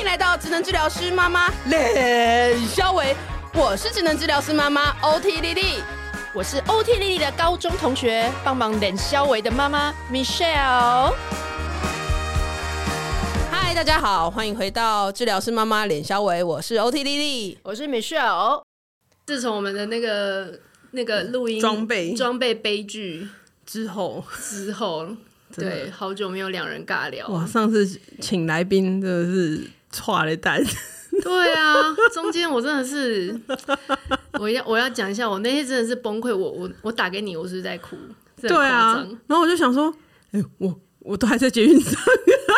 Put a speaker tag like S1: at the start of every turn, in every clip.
S1: 迎来到职能治疗师妈妈冷肖维，我是职能治疗师妈哦妈 OT 丽丽。
S2: 我是 OT 丽丽的高中同学，帮忙冷肖维的妈妈 Michelle。
S1: 嗨，大家好，欢迎回到治疗师妈妈冷肖维，我是 OT 丽丽。
S2: 我是 Michelle。自从我们的那个那个录音
S3: 嗯装备
S2: 装备悲剧
S3: 之后，
S2: 之后，
S3: 真的
S2: 对，好久没有两人尬聊。
S3: 哇，上次请来宾真的是踹 了蛋，
S2: 对啊，中间我真的是，我要我要讲一下，我那天真的是崩溃。我我我打给你，我是在哭，真的
S3: 对
S2: 很
S3: 啊
S2: 夸张。，
S3: 然后我就想说，哎、我我都还在捷运上，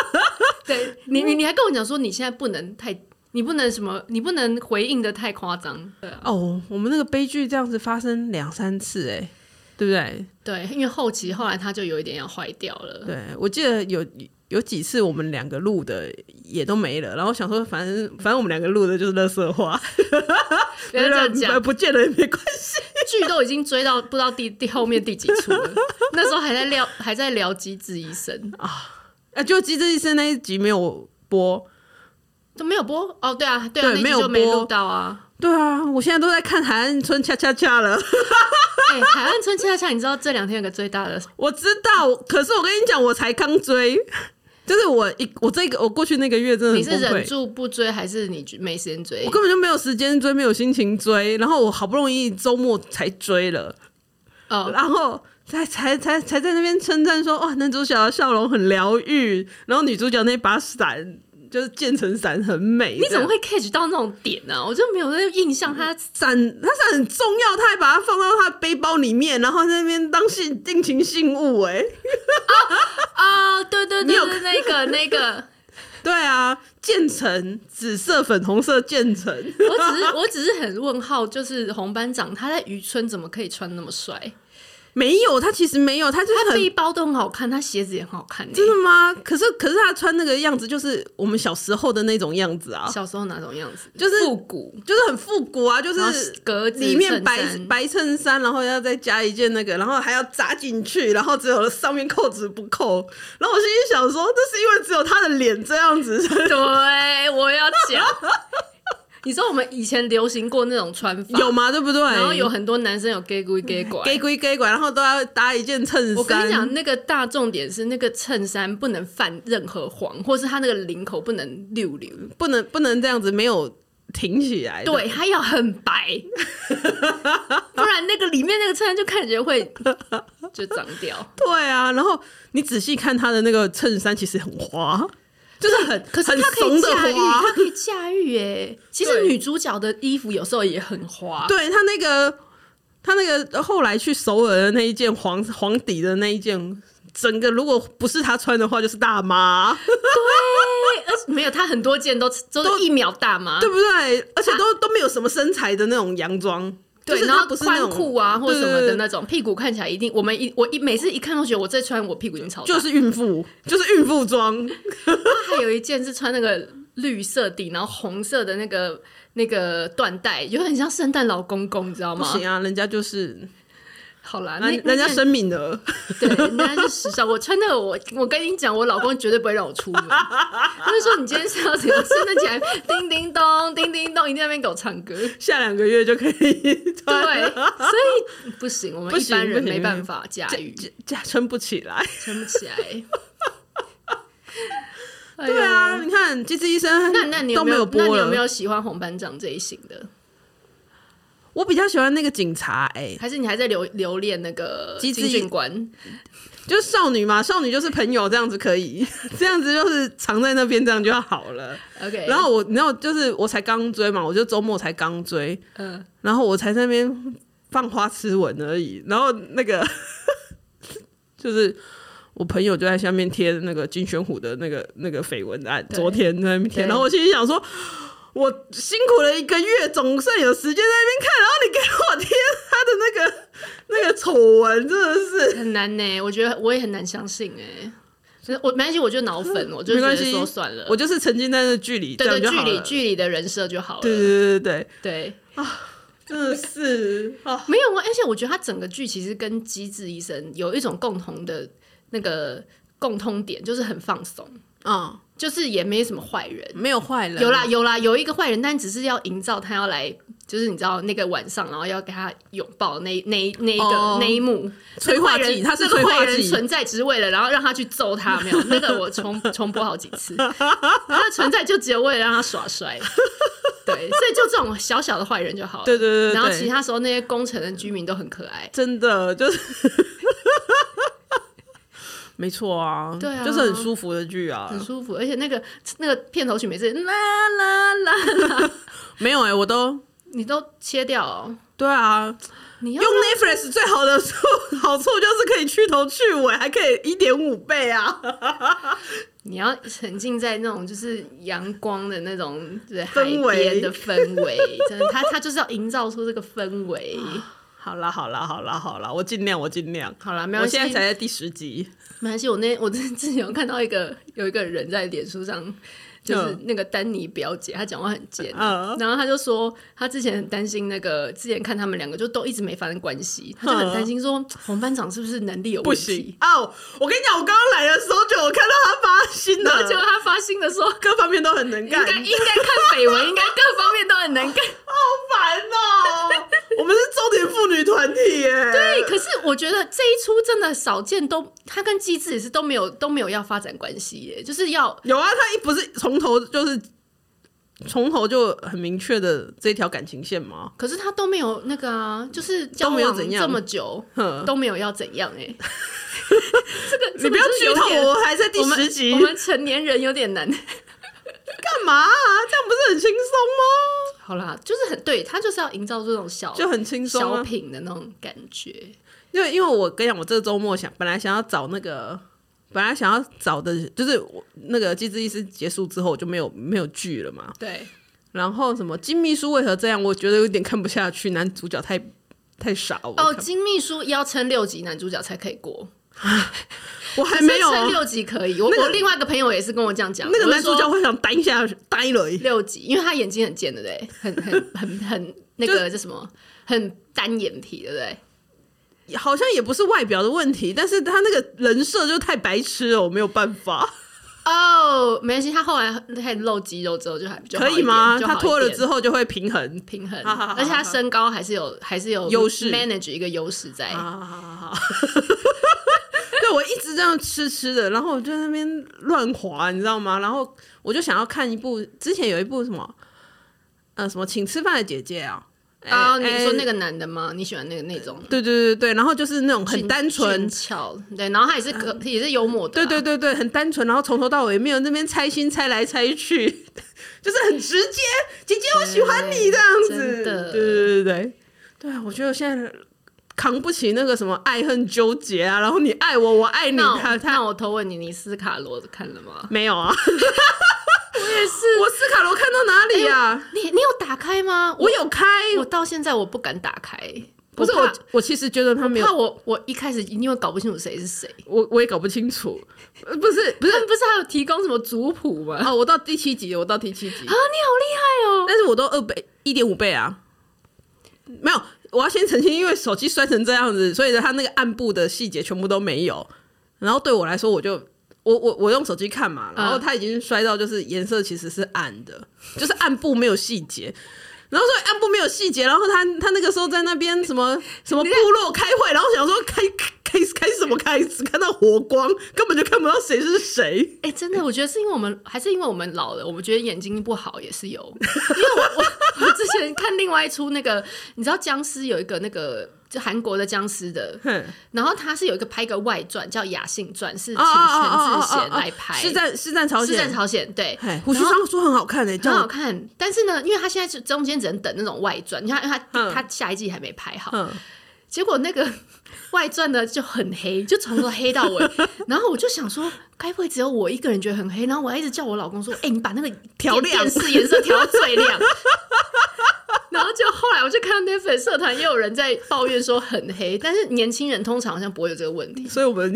S2: 对你你你还跟我讲说你现在不能太，你不能什么，你不能回应的太夸张。对啊，
S3: 哦，我们那个悲剧这样子发生两三次、哎，对不对？
S2: 对，因为后期后来他就有一点要坏掉了。
S3: 对，我记得有有几次我们两个录的也都没了，然后想说，反正反正我们两个录的就是乐色话，
S2: 不要这样
S3: 啊不
S2: 讲，
S3: 不见了也没关系。
S2: 剧都已经追到不知道第第后面第几出了，那时候还在聊 还在聊机智医生
S3: 啊，就《机智医生》那一集没有播，
S2: 都没有播哦，对啊对啊，
S3: 对
S2: 那
S3: 没
S2: 集
S3: 有
S2: 就没
S3: 播
S2: 录到啊。
S3: 对啊，我现在都在看《海岸村恰恰恰》了。
S2: 哎、 海岸村恰恰，你知道这两天有个最大 的
S3: 我知道，可是我跟你讲，我才刚追，就是我一我这个我过去那个月真的
S2: 你
S3: 很
S2: 是
S3: 崩
S2: 忍
S3: 溃，
S2: 住不追，还是你没时间追
S3: 我？根本就没有时间追，没有心情追，然后我好不容易周末才追了，
S2: 哦，
S3: 然后才才才才在那边称赞说哇，男主角的笑容很疗愈，然后女主角那把伞就是建成伞很美，
S2: 你怎么
S3: 这样？
S2: 会 catch 到那种点呢、我就没有那个印象他，
S3: 伞，它伞很重要，他还把它放到他的背包里面，然后在那边当信定情信物、欸，
S2: 啊、对对
S3: 你
S2: 对
S3: 有
S2: 对，那个那个，
S3: 对啊，渐层紫色、粉红色渐层，
S2: 我只是 我只是很问号，就是红班长他在渔村怎么可以穿那么帅？
S3: 没有，他其实没有，他就是
S2: 他
S3: 很
S2: 背包都很好看，他鞋子也很好看、欸。
S3: 真的吗？可是可是他穿那个样子，就是我们小时候的那种样子啊，
S2: 小时候哪种样子？
S3: 就是
S2: 复古，
S3: 就是很复古啊，就
S2: 然后
S3: 是
S2: 格子
S3: 里面
S2: 衬
S3: 白
S2: 衫
S3: 白衬衫，然后要再加一件那个，然后还要扎进去，然后只有上面扣子不扣。然后我心里想说，这是因为只有他的脸这样子，
S2: 对，我要讲。 你知道我们以前流行过那种穿法，
S3: 有吗？对不对？
S2: 然后有很多男生有 gay 龟 gay 拐。
S3: gay 归 gay 管，然后都要搭一件衬衫。
S2: 我跟你讲，那个大重点是那个衬衫不能泛任何黄，或是它那个领口不能溜溜，
S3: 不能不能这样子，没有挺起来的。
S2: 对，它要很 白，不然那个里面那个衬衫就看起来会就脏掉。
S3: 对啊，然后你仔细看他的那个衬衫，其实很花，就是很
S2: 可是
S3: 很
S2: 它可以
S3: 怂的
S2: 驾驭，
S3: 花
S2: 它。可以驾驭哎。其实
S3: 对
S2: 女主角的衣服有时候也很花，
S3: 对他那个他那个后来去首尔的那一件黄黄底的那一件，整个如果不是他穿的话，就是大 妈，
S2: 对，而且没有，她很多件都都
S3: 都
S2: 是一秒大嘛
S3: 对。不对？而且都都没有什么身材的那种洋装，
S2: 对，
S3: 就是
S2: 然
S3: 他
S2: 后
S3: 不是那
S2: 宽
S3: 种
S2: 裤啊或什么
S3: 对
S2: 的
S3: 对对
S2: 那种，屁股看起来一定，我们一我一每次一看都觉得我这穿我屁股已经超大了
S3: 就是孕妇，就是孕妇装，
S2: 他还有一件是穿那个绿色底，然后红色的那个那个缎带，有点像圣诞老公公，你知道
S3: 不
S2: 吗？
S3: 行啊，人家就是
S2: 好啦，那
S3: 人人家
S2: 那件
S3: 生敏的，
S2: 对，人家是时尚。我穿那个，我我跟你讲，我老公绝对不会让我出门。他就说你今天是要怎样？圣诞节还叮叮咚，叮叮咚，一定在那边给我唱歌。
S3: 下两个月就可以穿
S2: 对，所以不行，我们
S3: 不
S2: 一
S3: 行
S2: 般人
S3: 不行
S2: 没办法驾驭，
S3: 这这撑不起来。
S2: 撑不起 来。哎呦
S3: 对啊，，你看《机智医生》
S2: 那那你有
S3: 都
S2: 没
S3: 有
S2: 那
S3: 播
S2: 你有
S3: 了。
S2: 没有喜欢红班长这一型的？
S3: 我比较喜欢那个警察、哎，
S2: 还是你还在留留恋那个
S3: 机
S2: 金
S3: 智
S2: 俊官？
S3: 就是少女嘛，少女就是朋友这样子可以， 这样子就是藏在那边这样就好了。
S2: OK，
S3: 然后我，你知道，就是我才刚追嘛，我就周末才刚追，
S2: 嗯，
S3: 然后我才在那边放花痴吻而已。然后那个就是我朋友就在下面贴那个金宣虎的那个那个绯闻案，
S2: 对
S3: 昨天在那边贴，
S2: 对
S3: 然后我心里想说。我辛苦了一个月，总算有时间在那边看，然后你给我贴他的那个那个丑闻，真的是
S2: 很难呢、我觉得我也很难相信哎、就是我没关系，我就脑粉，我就
S3: 没
S2: 觉
S3: 关
S2: 得
S3: 系
S2: 说算了，
S3: 我就是沉浸在那剧里，
S2: 对
S3: 这
S2: 对
S3: 样就
S2: 距
S3: 好
S2: 离
S3: 了。
S2: 距离的人设就好了。
S3: 对对对对对，
S2: 对
S3: 真的是啊，
S2: 没有啊，而且我觉得他整个剧其实跟《机智医生》有一种共同的那个共通点，就是很放松。嗯，就是也没什么坏人。
S3: 没有坏人，
S2: 有啦有啦，有一个坏人，但只是要营造他要来，就是你知道那个晚上，然后要给他拥抱那那那一个、
S3: 哦
S2: 那一幕，
S3: 催化
S2: 那个坏
S3: 剂
S2: 人
S3: 他是
S2: 那个
S3: 催化
S2: 坏人
S3: 剂
S2: 存在只是为了，然后让他去揍 他，没有那个我重重播好几次，他的存在就只有为了让他耍 帅，对，所以就这种小小的坏人就好了，
S3: 对对对对
S2: 然后
S3: 对
S2: 其他时候那些工程的居民都很可爱，
S3: 真的就是 没错啊，
S2: 对啊
S3: 就是很舒服的剧啊，
S2: 很舒服，而且那个那个片头曲每次啦啦啦啦，
S3: 没有哎、我都
S2: 你都切掉、哦，
S3: 对啊，
S2: 你要
S3: 用 Netflix 最好的处好处就是可以去头去尾，还可以一点五倍啊，
S2: 你要沉浸在那种就是阳光的那种对海
S3: 氛围
S2: 边的氛围，真的，他他就是要营造出这个氛围。
S3: 好啦好啦好啦好啦，我尽量我尽量，
S2: 好啦，没
S3: 我
S2: 关系，
S3: 现在才
S2: 没
S3: 在第十集，
S2: 关系。我那我之前有看到一个有一个人在脸书上，就是
S3: 嗯
S2: 那个丹尼表姐，她讲话很尖，
S3: 嗯
S2: 然后她就说她之前很担心那个之前看他们两个就都一直没发生关系，她就很担心说红班长是不是能力有
S3: 嗯不
S2: 问
S3: 行
S2: 题，
S3: 哦！我跟你讲，我刚刚来的时候就有看到他发新
S2: 然后结果
S3: 的，
S2: 她发新的说。
S3: 各方面都很能
S2: 应
S3: 嗯干，
S2: 该应该看绯闻，应该各方面都 很能干。
S3: 烦 哦！我们是重点妇女团体耶，
S2: 对，可是我觉得这一出真的少见都，他跟机智也是都没有都没有要发展关系耶，就是要
S3: 有啊，他一不是从头就是从头就很明确的这条感情线吗？
S2: 可是他都没有那个啊，就是交
S3: 都没有
S2: 往
S3: 怎样
S2: 这么久
S3: 哼
S2: 都没有要怎样 哎，这
S3: 你
S2: 个
S3: 不要剧透，我，还在第
S2: 我们
S3: 十集，
S2: 我们成年人有点难。
S3: 干嘛、啊？这样不是很轻松
S2: 好啦，就是很对他就是要营造这种小
S3: 吗？就很轻松
S2: 哦小
S3: 啊。
S2: 品的那种感觉，
S3: 因为因为我跟你讲，我这周末想本来想要找那个，本来想要找的就是我那个《机智医师》结束之后，我就没有没有剧了嘛。
S2: 对。
S3: 然后什么金秘书为何这样？我觉得有点看不下去，男主角太太傻。我
S2: 哦，
S3: 看
S2: 金秘书要撑六集男主角才可以过，
S3: 我还没有啊
S2: 可是撑六集可以。我、
S3: 那个
S2: 我另外一个朋友也是跟我这样讲，
S3: 那个
S2: 我
S3: 男
S2: 就
S3: 主
S2: 说
S3: 角会想呆下去，呆了一。
S2: 六集，因为他眼睛很尖，对不对？很很很很那个叫什么，很单眼皮，对不对？
S3: 好像也不是外表的问题，但是他那个人设就太白痴了，我没有办法。
S2: 哦、没关系，他后来开始露肌肉之后就还 就好
S3: 可
S2: 一
S3: 以
S2: 点
S3: 吗？
S2: 就
S3: 他
S2: 好一
S3: 脱了
S2: 点
S3: 之后就会平 衡。
S2: 平衡，
S3: 好好好
S2: 而且
S3: 好
S2: 他
S3: 好
S2: 身高还是有还是有
S3: 优势
S2: manage 一个优势在。
S3: 啊，好好好。对，我一直这样吃吃的，然后我就在那边乱滑，你知道吗？然后我就想要看一部，之前有一部什么，呃，什么请吃饭的姐姐啊，
S2: 啊、
S3: 哎
S2: 你说那
S3: 哎
S2: 个男的吗？你喜欢那个那种
S3: 对对对对，然后就是那种很
S2: 俊
S3: 单纯嗯
S2: 俊，俏，对，然后他也是可、也是幽默的、啊
S3: 对对，对对，很单纯，然后从头到尾没有那边猜心猜来猜去，就是很直接。姐姐，我喜欢你这样子。
S2: 真的
S3: 对对对对对，啊！我觉得我现在扛不起那个什么爱恨纠结啊，然后你爱我，我爱你，
S2: 那我
S3: 他他
S2: 那我偷问你，你斯卡罗看了吗？
S3: 没有啊。我也是，我斯卡罗看到哪里啊？
S2: 你你有打开吗？
S3: 我有开，
S2: 我到现在我不敢打开，
S3: 不是
S2: 我怕
S3: 我，我其实觉得他没
S2: 怕
S3: 有，
S2: 我我一开始因为搞不清楚谁是谁，
S3: 我我也搞不清楚，呃不是不是
S2: 他们不是还有提供什么族谱吗？啊，
S3: 哦，我到第七集，我到第七集
S2: 你好厉害哦！
S3: 但是我都二倍一点五倍啊，没有，我要先澄清，因为手机摔成这样子，所以它那个暗部的细节全部都没有。然后对我来说，我就我我我用手机看嘛，
S2: 嗯
S3: 然后它已经摔到就是颜色其实是暗的，就是暗部没有细节。然后所以暗部没有细节，然后他他那个时候在那边什么什么部落开会，然后想说开开开什么开，只看到火光，根本就看不到谁是谁。
S2: 哎、真的，我觉得是因为我们还是因为我们老了，我们觉得眼睛不好 也是有。因为我我我之前看另外一出那个，你知道僵尸有一个那个就韩国的僵尸的，
S3: 哼
S2: 然后他是有一个拍一个外传叫《雅信传》，是请
S3: 哦
S2: 全
S3: 哦哦
S2: 智贤
S3: 哦哦
S2: 来拍，
S3: 是在是在朝
S2: 是
S3: 鲜，
S2: 在朝鲜对，
S3: 哎，胡须
S2: 然后
S3: 章说很好看诶、叫
S2: 很
S3: 我
S2: 好看，但是呢，因为他现在是中间只能等那种外传，你看因为他
S3: 嗯
S2: 他下一季还没拍好，
S3: 嗯，
S2: 结果那个 外传的就很黑，就从头黑到 尾。然后我就想说，该不会只有我一个人觉得很黑？然后我还一直叫我老公说：“哎、你把那个
S3: 调
S2: 电
S3: 亮
S2: 电视颜色调到 最亮。”然后就后来我就看到那粉社团也有人在抱怨说很黑，但是年轻人通常好像不会有这个问 题。
S3: 所以我们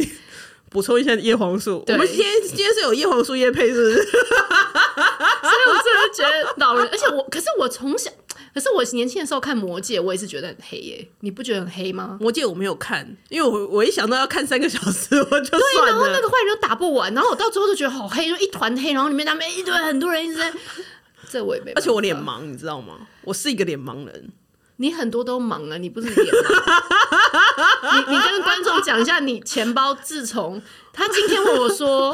S3: 补充一下叶黄素，
S2: 对
S3: 我们今天今天是有叶黄 素叶配，是不是？
S2: 所以我真的觉得老人，而且我，可是我从小，可是我年轻的时候看《魔戒》，我也是觉得很黑耶、你不觉得很黑吗？
S3: 魔戒我没有看，因为我我一想到要看三个小时，我就
S2: 对，
S3: 算
S2: 然后那
S3: 了。
S2: 个坏人都打不完，然后我到最后就觉得好黑，就一团黑，然后里面他们一堆很多人一直在， 这我也没办
S3: 而
S2: 法，
S3: 且我脸盲，你知道吗？我是一个脸盲人。
S2: 你很多都忙啊，你不是脸盲。你你跟观众讲一下，你钱包自从他今天问我说：“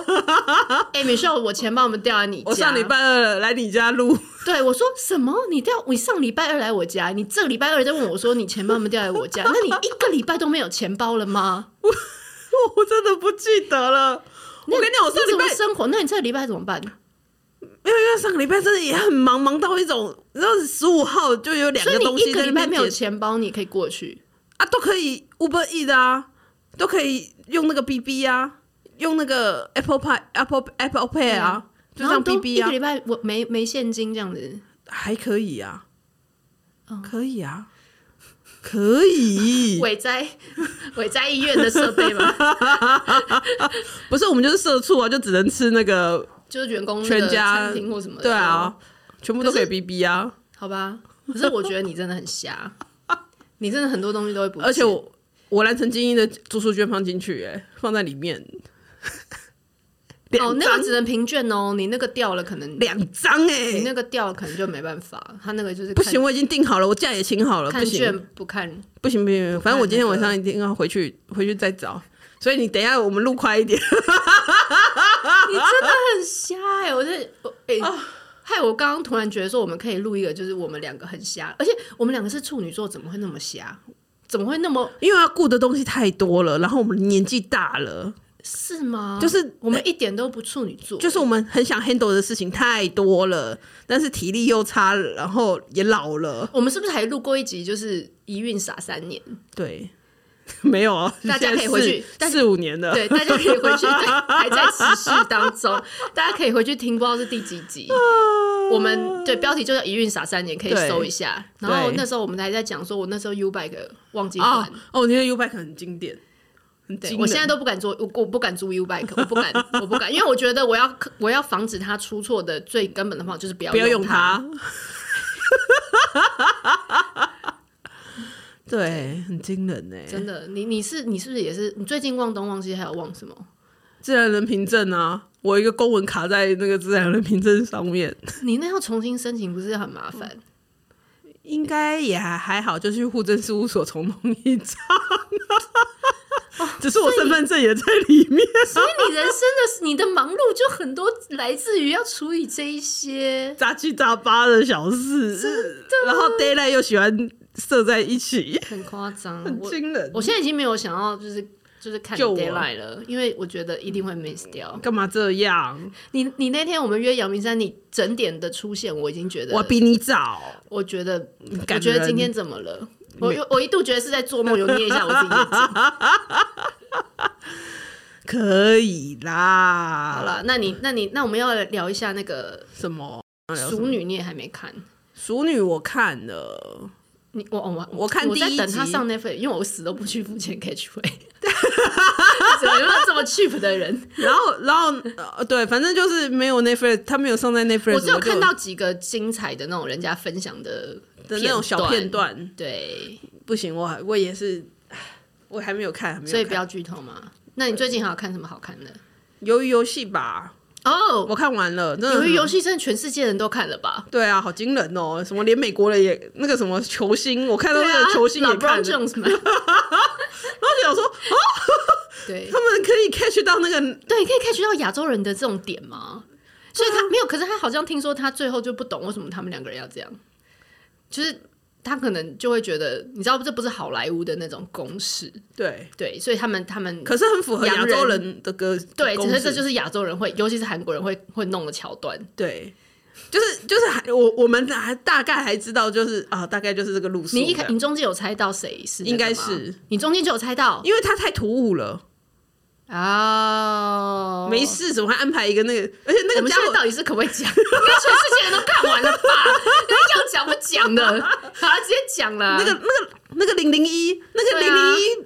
S2: 哎、美秀，我钱包我们掉在你家。”
S3: 我上礼拜二来你家录，
S2: 对我说什么？你掉你上礼拜二来我家，你这个礼拜二再问我说你钱包有没有掉在我家？那你一个礼拜都没有钱包了吗？
S3: 我真的不记得了。我跟你讲，我上
S2: 那
S3: 礼
S2: 怎么
S3: 拜
S2: 生活？那你这个礼拜怎么办？
S3: 没有，因为上个礼拜真的也很忙，忙到一种，然后十五号就有两
S2: 所以
S3: 个东
S2: 你一
S3: 西
S2: 个
S3: 在
S2: 礼
S3: 那
S2: 拜
S3: 边
S2: 没有
S3: 解
S2: 钱包，你可以过去。
S3: 啊，都可以 Uber E 的啊，都可以用那个 BB 啊，用那个 Apple Pay Apple Apple Pay 啊，就这
S2: 然后
S3: 样
S2: 都一
S3: BB
S2: 个
S3: 啊
S2: 礼，拜我没没现金这样子，
S3: 还可以啊
S2: 嗯，
S3: 可以啊，可 以，
S2: 伟在伟在医院的设备吗？
S3: 不是我们就是社畜啊，就只能吃那个
S2: 就是员工那个
S3: 全家
S2: 餐厅或什么的。
S3: 对啊，，全部都可以 BB 啊，
S2: 好吧。可是我觉得你真的很 瞎，你真的很多东西都会不见。哦
S3: 而且我我蓝城精英的住宿券放进去、欸，放在里面，
S2: 哦，
S3: 两
S2: 那
S3: 张
S2: 个只能凭券哦，你那个掉了可能，
S3: 两张
S2: 你
S3: 哎，
S2: 那个掉了可能就没办法，他那个就是
S3: 不
S2: 看
S3: 行，，我已经订好了，我假也请好了，不
S2: 看
S3: 行。
S2: 券不看。
S3: 不行不行，不行反正我今天晚上一定要回去，回去再找。所以你等一下，我们录快一点。
S2: 你真的很瞎哎、我这我哎。害我刚刚突然觉得说，我们可以录一个，就是我们两个很瞎，而且我们两个是处女座，怎么会那么瞎？怎么会那么
S3: 因为要顾的东西太多了，然后我们年纪大了，
S2: 是吗？
S3: 就是
S2: 我们一点都不处女座，
S3: 就是我们很想 handle 的事情太多了，但是体力又差了，然后也老了。
S2: 我们是不是还录过一集，就是一孕傻三年？
S3: 对， 没有啊，
S2: 大家可以
S3: 现在
S2: 回去
S3: 四
S2: 但是
S3: 四五年了。
S2: 对，大家可以回去， 对，还在持续当中，大家可以回去听，不知道是第几集。我们对标题就叫“一孕傻三年”，可以
S3: 对
S2: 搜一下。然后
S3: 对
S2: 那时候我们还在讲，说我那时候 U bike 忘记还
S3: 哦，哦，我觉得 U bike 很经典，很经
S2: 对
S3: 典。
S2: 我现在都不敢做，我我不敢租 U bike，我不 敢，我不敢，因为我觉得我要我要防止它出错的最根本的方法就是不要
S3: 不要用
S2: 它。
S3: 它。 对，很惊人欸呢、
S2: 真的，你你是你是不是也是？你最近忘东忘西，还有忘什么？
S3: 自然人凭证啊，我有一个公文卡在那个自然人凭证上面，
S2: 你那要重新申请，不是很麻
S3: 嗯
S2: 烦？
S3: 应该也还还好，就去户政事务所重弄一张。啊只是我身份证也在里面，
S2: 所以你人生的你的忙碌就很多来自于要处理这一些。
S3: 杂七杂八的小事，然后 d a y l i g h t 又喜欢射在一起，
S2: 很夸张，
S3: 很
S2: 我
S3: 惊人。
S2: 我现在已经没有想要就是就是看
S3: 救我嗯
S2: d a y l i g h t 了，因为我觉得一定会 miss 掉。
S3: 干嘛这样？
S2: 你你那天我们约阳明山，你整点的出现，我已经觉得
S3: 我比你早，
S2: 我觉得我
S3: 感
S2: 觉得
S3: 人
S2: 今天怎么了？我又我一度觉得是在做梦，有捏一下我自己眼睛。
S3: 可以啦。
S2: 好了，那你那你那我们要聊一下那个
S3: 什么？
S2: 《熟女》，你也还没看。
S3: 熟女我看了，
S2: 你我我
S3: 我看
S2: 我在
S3: 第一
S2: 等他
S3: 集
S2: 上 Netflix，因为我死都不去付钱 Catchway，怎么有这么 cheap 的人？
S3: 然后然后呃对，反正就是没有 Netflix，他没有上在 Netflix，
S2: 我只有
S3: 就
S2: 看到几个精彩的那种人家分享的
S3: 的那种小片。段，
S2: 对，
S3: 不行，我还我也是，我还没有看，还没有
S2: 所以不
S3: 看
S2: 要剧透嘛。那你最近还有看什么好看的？
S3: 鱿鱼游戏吧，
S2: 哦，
S3: 我看完了，真的
S2: 由于游
S3: 很。
S2: 戏真的全世界人都看了吧？
S3: 对啊，好惊人哦！什么连美国人也那个什么球星，我看到
S2: 对
S3: 那
S2: 啊
S3: 个，球星
S2: 老
S3: 也看
S2: Brown
S3: 了，
S2: Jones 嘛，
S3: 然后就想说哦
S2: 对
S3: 他们可以 catch 到那个，
S2: 对，可以 catch 到亚洲人的这种点吗？
S3: 啊
S2: 所以他没有，可是他好像听说他最后就不懂为什么他们两个人要这样，就是他可能就会觉得，你知道这不是好莱坞的那种公式，
S3: 对，
S2: 对，所以他们他们
S3: 可是很符合
S2: 洋
S3: 亚洲
S2: 人
S3: 人的歌，
S2: 对，
S3: 公
S2: 只是这
S3: 式
S2: 就是亚洲人会，尤其是韩国人会会弄的桥段，
S3: 对，就是就是还我我们还大概还知道就是啊，大概就是这个路数这
S2: 你
S3: 样。
S2: 一开你中间有猜到谁是那个吗？
S3: 应该是
S2: 你中间就有猜到
S3: 因为他太突兀了，
S2: 哦，
S3: 没。事，怎么会安排一个那个？而且那
S2: 我
S3: 个
S2: 们
S3: 家
S2: 现在
S3: 伙
S2: 到底是可不可以讲？ 应该全世界人都看 完了吧？要讲不讲的，好，直接讲了。
S3: 那个那个那个零零一，那个
S2: 对
S3: 零
S2: 啊
S3: 零一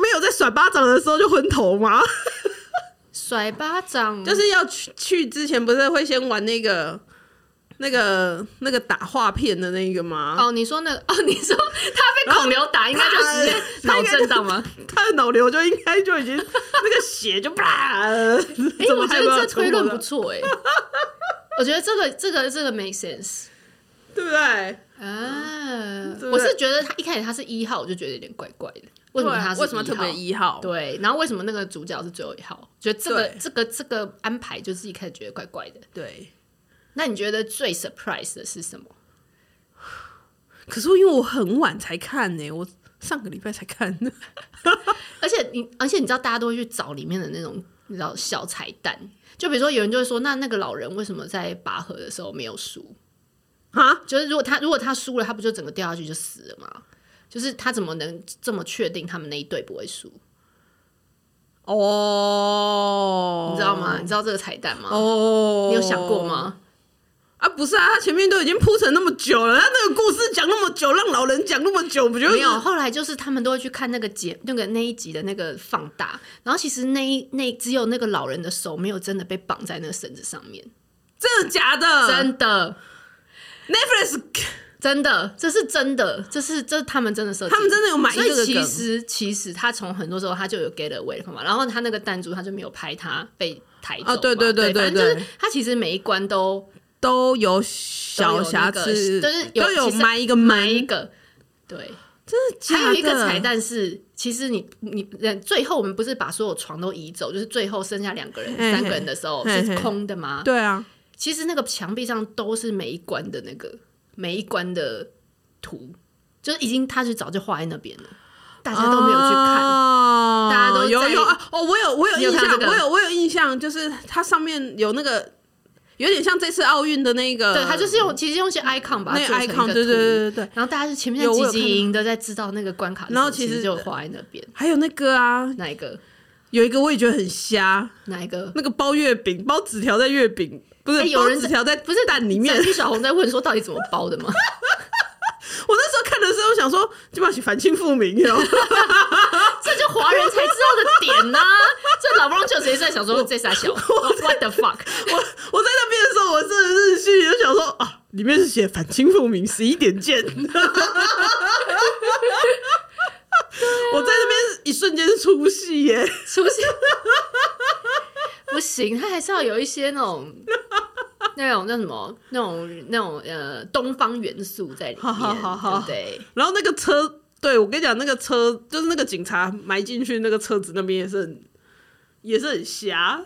S3: 没有在甩巴掌的时候就昏头吗？
S2: 甩巴掌
S3: 就是要去去之前不是会先玩那个那个那个打画片的那个吗？
S2: 哦，你说那个哦，你 说他被孔刘打，应该就直接
S3: 他
S2: 脑震荡吗？
S3: 他的脑瘤就应该就已 经那个血就啪，
S2: 哎、
S3: 怎
S2: 我
S3: 么就
S2: 觉得
S3: 没有
S2: 这推论
S3: 冲
S2: 不
S3: 过
S2: 错哎、 我觉得这个这个这个 make sense
S3: 对不对？
S2: 啊。
S3: 对
S2: 我是觉得他一开始他是一号，我就觉得有点怪怪的。啊为什么他是
S3: 啊为什么特别
S2: 一号？
S3: 一号？
S2: 对，然后为什么那个主角是最后一号？觉得这个
S3: 对
S2: 这个这个安排就是一开始觉得怪怪的。
S3: 对，
S2: 那你觉得最 surprise 的是什么？
S3: 可是因为我很晚才看呢、我上个礼拜才看的。
S2: 而且你，而且你知道，大家都会去找里面的那种，你知道小彩蛋。就比如说，有人就会说，那那个老人为什么在拔河的时候没有输？
S3: 啊，
S2: 就是如果他如果他输了，他不就整个掉下去就死了吗？就是他怎么能这么确定他们那一队不会输？
S3: 哦，
S2: 你知道吗？你知道这个彩蛋吗？
S3: 哦，
S2: 你有想过？吗？
S3: 啊，不是啊，他前面都已经铺陈那么久了，他那个故事讲那么久，让老人讲那么久，不就是
S2: 没有，后来就是他们都会去看那个节那个那一集的那个放大，然后其实那一那只有那个老人的手没有真的被绑在那个绳子上面，
S3: 真的假的？
S2: 真
S3: 嗯
S2: 的
S3: Netflix
S2: 真的，这是真的，这是这是他们真的设计，
S3: 他们真的有买
S2: 所
S3: 这个
S2: 以其
S3: 梗
S2: 实其实他从很多时候他就有 get away 了嘛，然后他那个弹珠他就没有拍他被抬走嘛、
S3: 啊对对对
S2: 对
S3: 对
S2: 反正就
S3: 对
S2: 是他其实每一关都
S3: 都有小瑕疵，
S2: 都有那
S3: 都
S2: 个就是有
S3: 有
S2: 其实
S3: 埋一个门，
S2: 埋一个对。
S3: 真的假
S2: 还
S3: 的？
S2: 有一个彩蛋啊是，其实你你呃最后我们不是把所有床都移走，就是最后剩下两个人、
S3: 嘿嘿
S2: 三个人的时候
S3: 嘿嘿
S2: 是空的吗？
S3: 对啊，
S2: 其实那个墙壁上都是每一关的那个每一关的图，就是已经他是早就画在那边了，大家都没有去看。
S3: 哦、
S2: 大家都在
S3: 有有啊。哦，我有我有
S2: 你有
S3: 印
S2: 看
S3: 象，
S2: 这个
S3: 我有我有印象，就是它上面有那个有点像这次奥运的那个，
S2: 对他就是用，其实用一些 icon 把它
S3: 那
S2: 做成一
S3: icon，
S2: 个
S3: 对对对对
S2: 图
S3: 对。
S2: 然后大家是前面在
S3: 有我有
S2: 汲
S3: 看
S2: 汲营营的在知道那个关卡是什么，
S3: 然后其
S2: 其
S3: 实
S2: 就画在那边。
S3: 还有那个啊，
S2: 哪一个？
S3: 有一个我也觉得很瞎，
S2: 哪一个？
S3: 那个包月饼，包纸条在月饼，不是、
S2: 哎有人
S3: 包
S2: 在
S3: 纸条在
S2: 不是
S3: 蛋里面。
S2: 整批小红在问说到底怎么包的吗？
S3: 我那时候看的时候想说，基本上反清复明哟。
S2: 这就华人才知道的点呐、这老不就直接在想说这 傻小，What the fuck？
S3: 我我在那边的时候，我真的是心里就想说啊，里面是写反清复明，十一点见。 我在那边一瞬间出戏耶，
S2: 是不是？ 不行，他还是要有一些那种那种叫什么那种那种呃东方元素在里面，
S3: 好好好好
S2: 对不对？
S3: 然后那个车，对我跟你讲，那个车就是那个警察埋进去那个车子那边也是很也是很狭，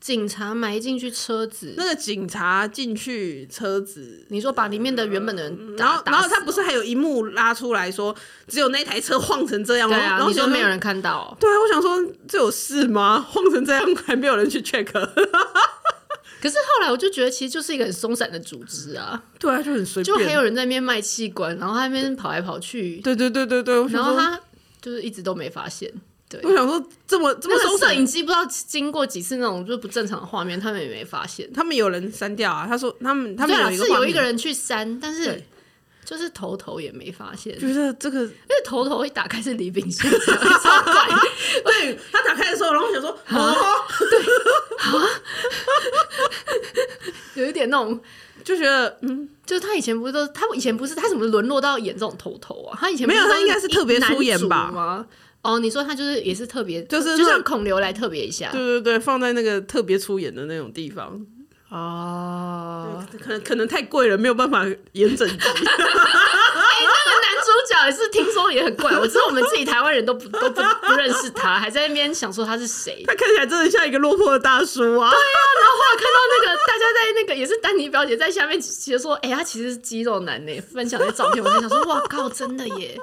S2: 警察埋进去车子，
S3: 那个警察进去车子，
S2: 你说把里面的原本的
S3: 嗯
S2: 人打，
S3: 然后
S2: 啊打
S3: 然后
S2: 死
S3: 他不是还有一幕拉出来说，只有那台车晃成这样，
S2: 对
S3: 然
S2: 啊？
S3: 后
S2: 你说没
S3: 然后
S2: 有。
S3: 想
S2: 人看到哦、
S3: 对啊，我想说这有事吗？ 晃成这样还没有人去 check，
S2: 可是后来我就觉得其实就是一个很松散的组织啊，
S3: 对啊，就很随
S2: 就还有人在那边卖器官，然后他那边跑来跑去，
S3: 对对对对对，我
S2: 然
S3: 想
S2: 后
S3: 说，
S2: 他就是一直都没发现。对，
S3: 我想说这么这么
S2: 那
S3: 松
S2: 个摄
S3: 散
S2: 影，机不知道经过几次那种就是不正常的画面，他们也没发现。
S3: 他们有人删掉啊？他说他们他
S2: 对
S3: 们
S2: 啊，
S3: 一
S2: 是
S3: 个
S2: 有
S3: 有
S2: 一个，人去删，但是
S3: 对
S2: 就是头头也没发现，因
S3: 觉得这 个
S2: 为头头一打开是李炳 宪，超怪。
S3: 对他打开的时候，然后 我想说
S2: 啊
S3: 哦，
S2: 有一点那种，
S3: 就觉得嗯，
S2: 就是他以前不是都，他以前不是他怎么沦落到演这种头头啊？他以前不
S3: 没有
S2: 是都
S3: 他应该是特别出演吧
S2: 男主吗？哦，你说他就是也是特别，
S3: 就是
S2: 就
S3: 那
S2: 像孔刘来特别一下
S3: 对对对，放在那个特别出演的那种地方，
S2: 哦。
S3: 可能可能太贵了，没有办法演整 集。
S2: 哎那个男主角也是听说也很怪，我知道我们自己台湾人都不都不不认识他，还在那边想说他是谁。
S3: 他看起来真的像一个落魄的大叔啊！
S2: 然后后来看到那个大家在那个也是丹尼表姐在下面其实说，哎、他其实是肌肉男呢，分享的照片，我就想说，哇靠，真的耶！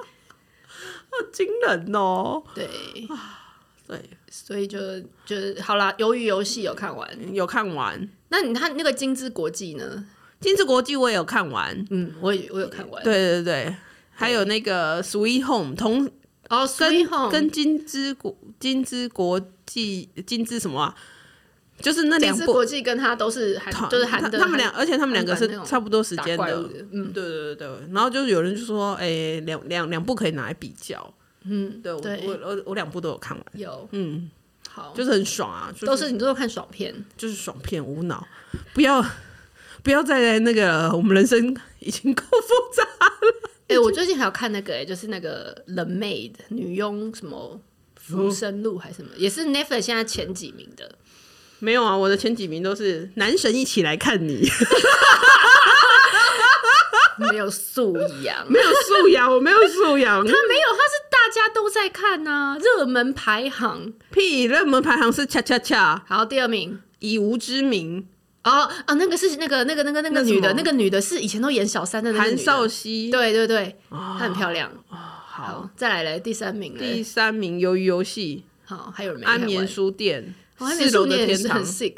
S3: 好惊人哦。
S2: 对，
S3: 啊对，
S2: 所以就就好啦。鱿鱼游戏有看完，
S3: 有看完《
S2: 那你看那个金枝国际呢？
S3: 金枝国际》，我也有看完。
S2: 嗯，我也我有看完。，
S3: 对对对，还有那个《Sweet Home》同
S2: 哦，
S3: 跟
S2: Sweet Home
S3: 跟金枝国金枝国际金枝什么啊？就是那两
S2: 金枝
S3: 部
S2: 国，际跟他都是韩，
S3: 他
S2: 就是韩
S3: 他
S2: 的，
S3: 他们俩，而且他们两个是
S2: 韩版那种
S3: 差不多时
S2: 打
S3: 间
S2: 怪
S3: 的
S2: 物。的，嗯，
S3: 对对对对，然后就是有人就说，哎、两两两部可以拿来比较。嗯，对我
S2: 对哦
S3: 我我我两部都有看完，
S2: 有，
S3: 嗯，
S2: 好，
S3: 就是很爽啊，就
S2: 都是你都是看爽片。
S3: 就是爽片无脑，不要不要再来那个，我们人生已经够复杂了。
S2: 哎、我最近还有看那个、哎，就是那个《人 Maid》女佣什么浮生录还是什么，也是 Netflix 现在前几名的。
S3: 没有啊，我的前几名都是男神一起来看你，
S2: 没有素 养。
S3: 没有素养，我没有素养。
S2: 他啊没有，他是大家都在看呐、热门排行。
S3: 屁，热门排行是恰恰恰，
S2: 好，第二名。
S3: 以无之名，
S2: 哦啊，那个是那个那个那个那个
S3: 那什么
S2: 女的，那个女的是以前都演小三的那个女
S3: 韩
S2: 的
S3: 少熙。，哦
S2: 对对对，她很漂亮。
S3: 好，
S2: 好，再来来哦第三名
S3: 第
S2: 嘞。
S3: 三名鱿鱼游戏、
S2: 好，还有人没
S3: 安
S2: 看
S3: 眠
S2: 完
S3: 书店、
S2: 哦安眠
S3: 四
S2: 书
S3: 楼的
S2: 店也
S3: 天
S2: 是
S3: 堂
S2: 很，sick。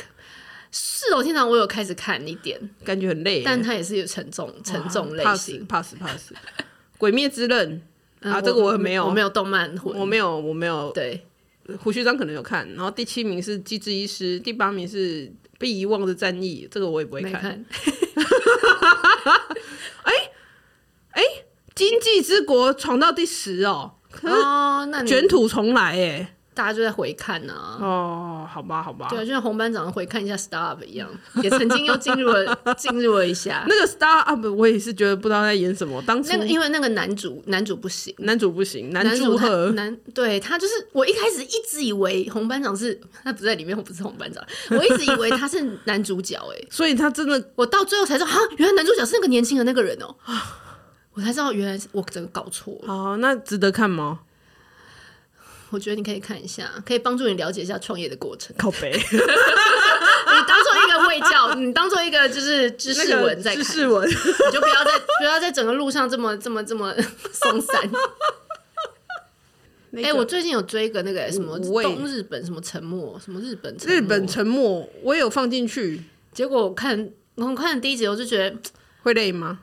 S2: 四楼天堂我有开始看一点，
S3: 感觉很累，哦
S2: 但它也是有沉重沉重类型。
S3: pass pass pass。鬼灭之刃
S2: 嗯
S3: 啊，这个我没有，
S2: 我没有动漫魂，
S3: 我没有，我没有。
S2: 对
S3: 胡须章可能有看，然后第七名是《机智医师》，第八名是《被遗忘的战役》，这个我也不会
S2: 没
S3: 看。《
S2: 看。
S3: 经济之国》闯到第十哦，
S2: 哦，那你
S3: 卷土重来哎。
S2: 大家就在回看啊。
S3: 哦，好吧，好吧。
S2: 对啊，就像红班长回看一下 Star 一样，也曾经又进 入了进入了一下。
S3: 那个 Star Up 我也是觉得不知道在演什么，当初
S2: 那个因为那个男主男主不行，
S3: 男主不行，
S2: 男
S3: 主
S2: 主他
S3: 和
S2: 男对他就是我一开始一直以为红班长是他不在里面，我不是红班长，我一直以为他是男主角哎、
S3: 所以他真的
S2: 我到最后才知道啊，原来男主角是那个年轻的那个人哦、
S3: 啊
S2: 我才知道原来是我整个搞错了。
S3: 哦，那值得看吗？
S2: 我觉得你可以看一下，可以帮助你了解一下创业的过程。
S3: 靠背，
S2: 你当做一个卫教，你当做一个就是 知
S3: 那
S2: 识
S3: 个
S2: 文在
S3: 知
S2: 看，
S3: 识文，
S2: 你就不要在不要在整个路上这么这么这么 松散。
S3: 哎
S2: 哎、我最近有追一个那个什么
S3: 五味
S2: 东日本什么沉默，什么日本 沉默
S3: 日本沉默我也有放进去，
S2: 结果我看我看了第一集，我就觉得，
S3: 会累吗？